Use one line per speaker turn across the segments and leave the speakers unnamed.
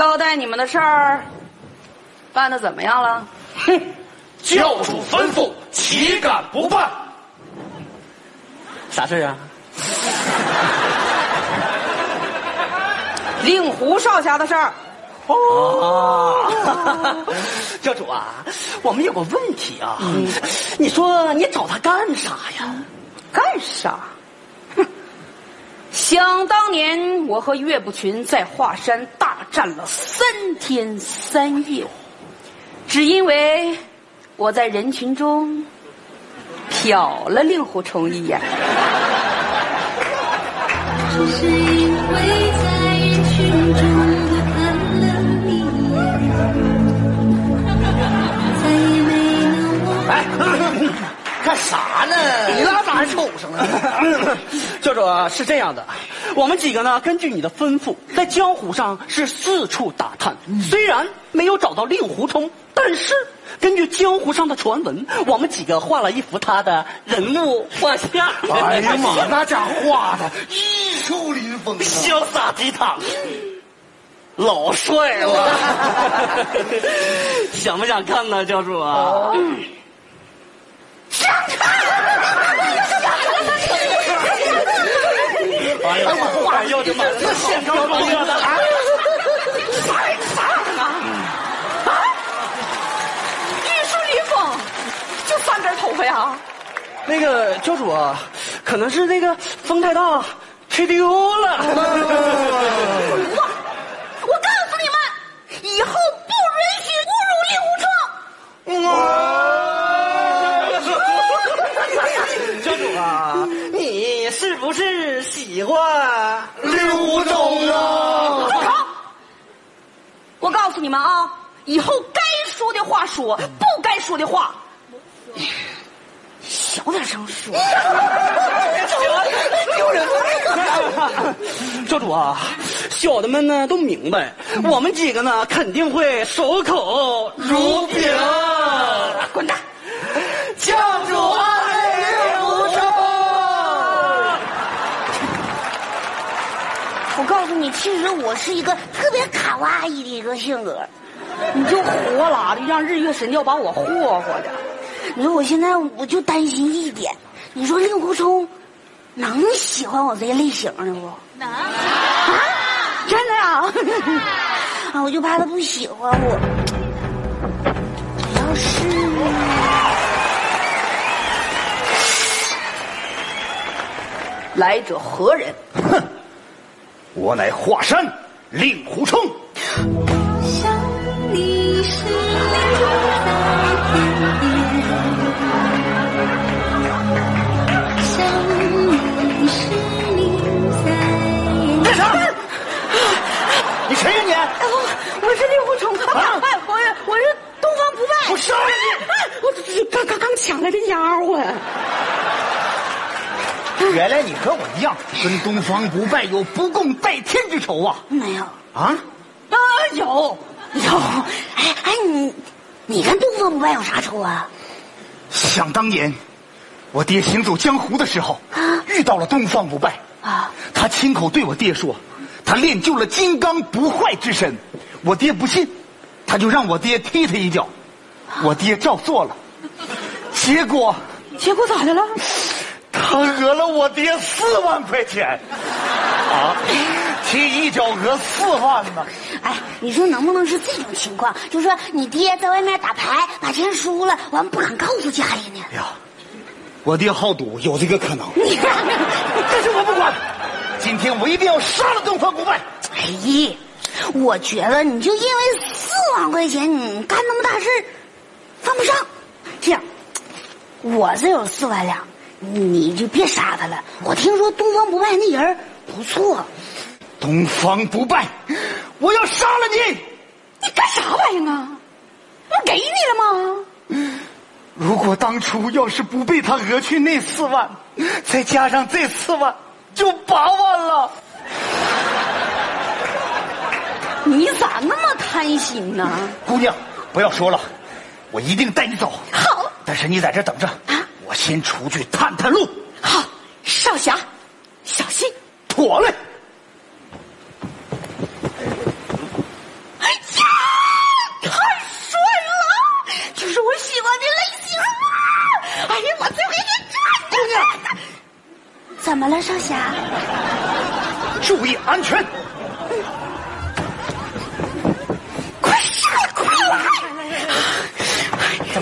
交代你们的事儿办的怎么样了？
哼，教主吩咐，岂敢不办？
啥事儿啊？
令狐少侠的事儿，
哦，教主啊，我们有个问题啊，你说你找他干啥呀？
干啥？哼！想当年，我和岳不群在华山大战了三天三夜，只因为我在人群中瞟了令狐冲一眼。
只是因为在人群中看了你一眼，再也没能 忘。
哎，干啥呢？你拉咋瞅上了？教主啊是这样的，我们几个呢，根据你的吩咐，在江湖上是四处打探。虽然没有找到令狐冲，但是根据江湖上的传闻，我们几个画了一幅他的人物画像。
哎呀妈，那家伙画的玉树临风啊！
潇洒倜傥，老帅了， 想不想看呢，教主啊？哎呀妈！哎呦我的妈！这现场高热的啊！
啊玉树临风，就三根头发呀？
那个教主啊，可能是那个风太大，吹丢了。
我我告诉你们，以后不允许侮辱令狐冲。
教主啊，你是不是喜欢？
令狐冲啊！
住口！我告诉你们啊，以后该说的话说，不该说的话，小点声说。
教主啊，小的们呢都明白，我们几个呢肯定会守口如瓶。
滚蛋！
教主啊爱令狐冲。
我告诉你，其实我是一个特别卡哇伊的一个性格。
你就活拉的，让日月神教把我霍霍的。
你说我现在我就担心一点，你说令狐冲能喜欢我这类型的不？能啊，真的啊！ 啊，我就怕他不喜欢我。我要是
来者何人？
我乃华山令狐冲，
想你时，泪如在天边；想你时，你
哎
在。
干啥？你谁呀、你？
我是令狐冲，哎，我是我是东方不败。
我杀了你！
我刚刚刚抢来的丫鬟，
原来你和我一样，跟东方不败有不共戴天之仇啊！
没有，
啊，
啊有
有，哎哎，你你跟东方不败有啥仇啊？
想当年，我爹行走江湖的时候，遇到了东方不败，
啊，
他亲口对我爹说，他练就了金刚不坏之身。我爹不信，他就让我爹踢他一脚，我爹照做了，结果
结果咋的了？
他讹了我爹四万块钱，啊，踢一脚讹四万呢。
哎，你说能不能是这种情况？就说你爹在外面打牌把钱输了，完不敢告诉家里呢？
哎呀，我爹好赌，有这个可能。
你看，
但是我不管，今天我一定要杀了东方不败。
哎呀，我觉得你就因为四万块钱你干那么大事儿犯不上。这样，我这有四万两，你就别杀他了。我听说东方不败那人儿不错，
东方不败，我要杀了你！
你干啥玩意儿啊？我给你了吗？
如果当初要是不被他讹去那四万，再加上这四万，就八万了。
你咋那么贪心呢？
姑娘，不要说了，我一定带你走。好，但是你在这等着，我先出去探探路。
好，少侠，小心！
妥嘞。
哎啊哎
侠。
注意安全。
快上来，快来！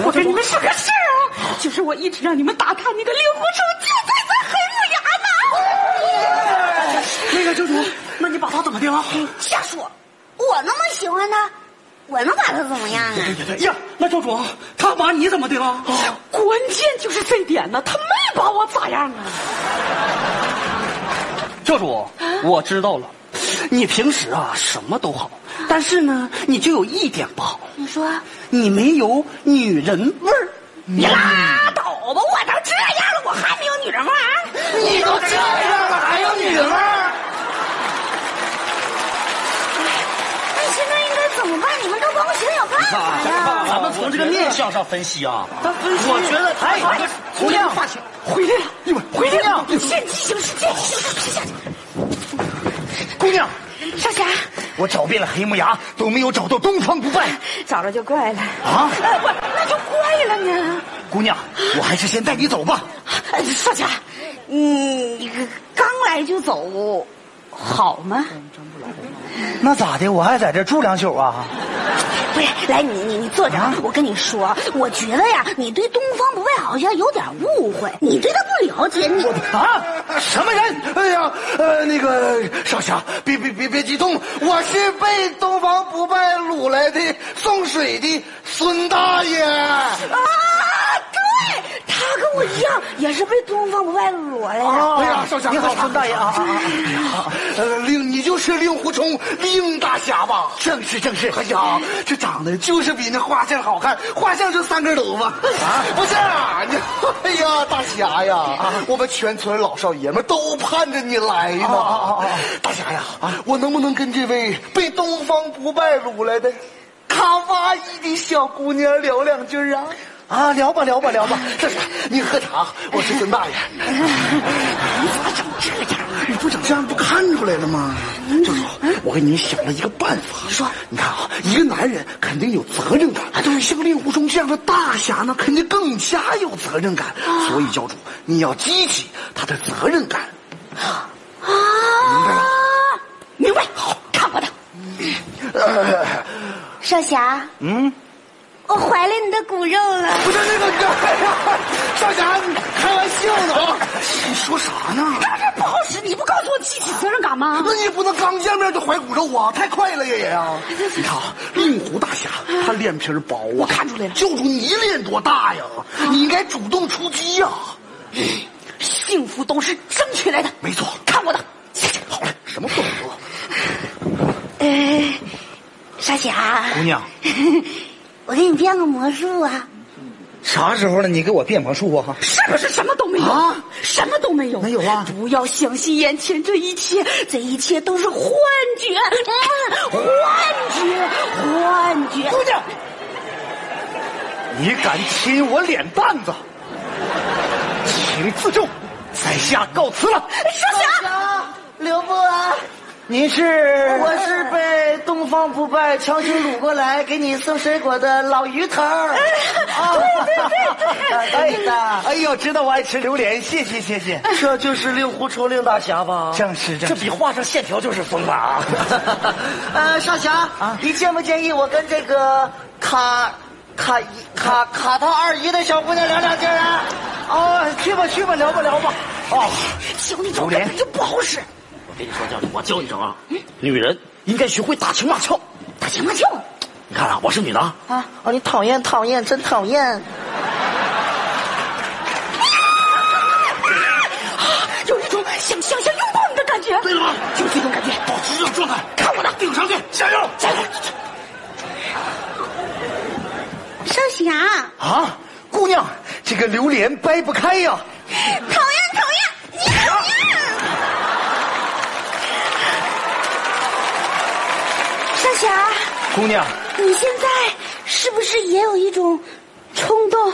我跟你们说个事儿啊，就是我一直让你们打探那个令狐冲就在咱黑木崖呢。
那个救主，那你把他怎么的了？
瞎说，我那么喜欢他，我能把他怎么样啊？
哎呀，那教主，啊他把你怎么的了？
哎关键就是这点呢，他没把我咋样啊。
教主，我知道了，你平时啊什么都好，但是呢，你就有一点不好，
你说，
你没有女人味儿。你
拉倒吧，我都这样了，我还没有女人味儿。
你都这
哎
样了，还有女人味儿？
那哎现在应该怎么办？你们都帮我想想办 法哎呀！
咱们从这个面
相上分析啊，
他分析，我觉得他
哎
胡亮发型，
回来了，一会儿回来了，
见机行事，见机行事，别下去。
姑娘，
少侠，
我找遍了黑木崖，都没有找到东方不败
找着就怪了，
啊！
哎，不，那就怪了呢。
姑娘，我还是先带你走吧。
哎少侠，你刚来就走，好吗？
那咋的？我还在这住两宿啊？
不是，来你你你坐着，啊我跟你说，我觉得呀，你对东方不败好像有点误会，你对他不了解，你
啊？什么人？哎呀，呃，那个少侠，别别别别激动，我是被东方不败掳来的送水的孙大爷。
啊，对他跟我一样，也是被东方不败掳来
哦
的。
哎呀，少侠，
你好孙大爷啊啊啊
啊！ 呃，令你就是令狐冲，令大侠吧？正是正是。哎呀，这长得就是比那画像好看，画像就三根头发啊！不是、啊，你 哎呀，大侠呀，
啊
我们全村老少爷们都盼着你来呢。
啊啊啊啊
大侠呀，我能不能跟这位被东方不败掳来的卡哇伊的小姑娘聊两句啊？啊，聊吧聊吧聊吧，这是您喝茶，我是孙大爷。你不整这样不看出来了吗？教主，我给你想了一个办法。你说，你看啊，一个男人肯定有责任感，对，像令狐冲这样的大侠呢，肯定更加有责任感。所以教主，你要激起他的责任感。明白了
啊，
明白？好，看我的。
少侠，嗯，我怀了你的骨肉了。
不是那个，哎呀，少侠，你开玩笑呢啊？你说啥呢？
这不好使，你不告诉我激起责任感吗？
那你也不能刚见面就怀骨肉啊，太快了呀也啊！你看啊，令狐大侠他脸皮儿薄啊，我
哎看出来了啊
教主你脸多大呀？你应该主动出击呀、
幸福都是争取来的。
没错，
看我的，
好嘞，什么动作？
呃，少侠，
姑娘，
我给你变个魔术啊！
啥时候了？你给我变魔术啊？
是不是什么都没有？
啊
什么都没有？
没有啊
不要相信眼前这一切，这一切都是幻觉，嗯幻觉，幻觉。
姑娘，你敢亲我脸蛋子？请自重，在下告辞了。
少侠，
刘啊伯，
您是
我是被东方不败强行掳过来给你送水果的老鱼头儿。啊，哎对对的，
哎呦，知道我爱吃榴莲，谢谢谢谢。
这就是令狐冲令大侠吧？
正是正是
这比画上线条就是疯了啊！呃，少侠啊，你建不建议我跟这个卡卡一卡卡他二姨的小姑娘聊两句啊？哦，去吧去吧，聊吧聊吧。哦，
兄弟，榴莲就不好使。
我跟你说，教主，我教你整啊，
嗯
女人应该学会打情骂俏。
打情骂俏，
你看啊，我是女的啊，
啊，
哦，你讨厌讨厌，真讨厌。
有一种想想想拥抱你的感觉。对了吗？就是这种感觉。
保持哎这种状态，
看我的，
顶上去，加油！
加油！
少侠，
啊，姑娘，这个榴莲掰不开呀、
讨厌讨厌，你讨厌！少侠，
姑娘，
你现在是不是也有一种冲
啊
动？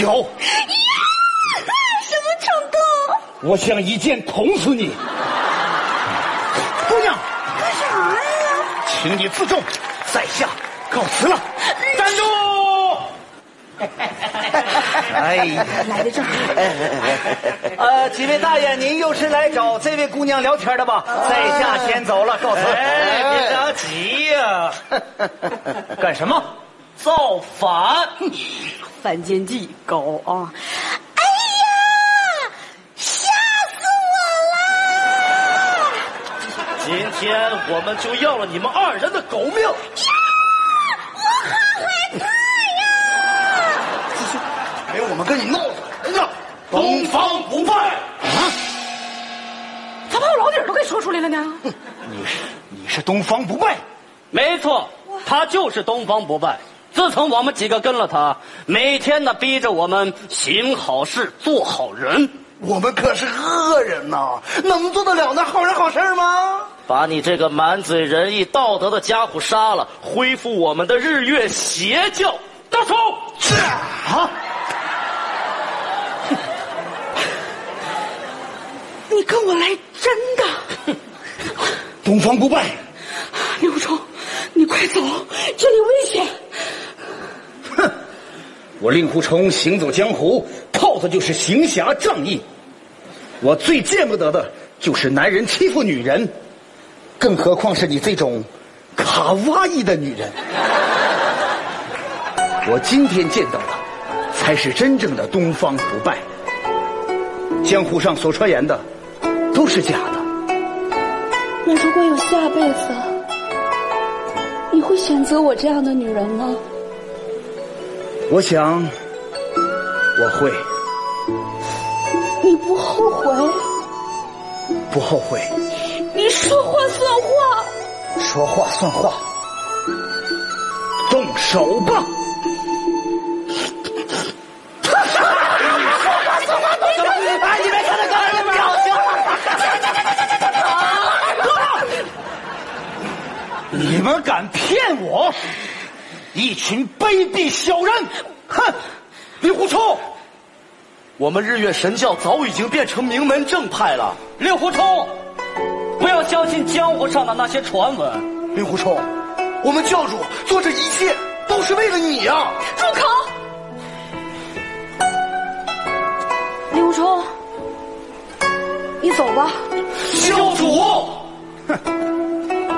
有，
什么冲动？
我想一剑捅死你。姑娘，
干啥呀？
请你自重，在下告辞了。站住！
哎呀，
来的正好。
呃，几位大爷，您又是来找这位姑娘聊天的吧？
啊
在下先走了，告辞。
哎，别着急 呀、干什么？造反！
反间计高啊！
哎呀，吓死我了！
今天我们就要了你们二人的狗命！
哎，我们跟你闹腾，哎呀，
东方不
啊
败！
啊
他把我老底儿都给说出来了呢。
你是东方不败，
没错，他就是东方不败。自从我们几个跟了他，每天呢逼着我们行好事、做好人，
我们可是恶人呐，能做得了那好人好事吗？
把你这个满嘴仁义道德的家伙杀了，恢复我们的日月邪教！动手！
啊！
你跟我来真的，
东方不败，
刘冲，你快走，这里危险。
我令狐冲行走江湖，靠的就是行侠仗义。我最见不得的就是男人欺负女人，更何况是你这种卡哇伊的女人。我今天见到的，才是真正的东方不败。江湖上所传言的，都是假的。
那如果有下辈子，你会选择我这样的女人吗？
我想，我会
你不后悔？
不后悔。
你说话算话。
说话算话，动手吧！
哎，你别看他刚才的表情，
你们敢骗我？一群卑鄙小人！哼！
令狐冲，我们日月神教早已经变成名门正派了。
令狐冲，不要相信江湖上的那些传闻。
令狐冲，我们教主做这一切都是为了你啊呀、
住口！刘冲，你走吧。
教主。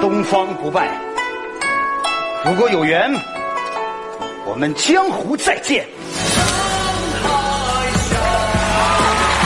东方不败，如果有缘，我们江湖再见。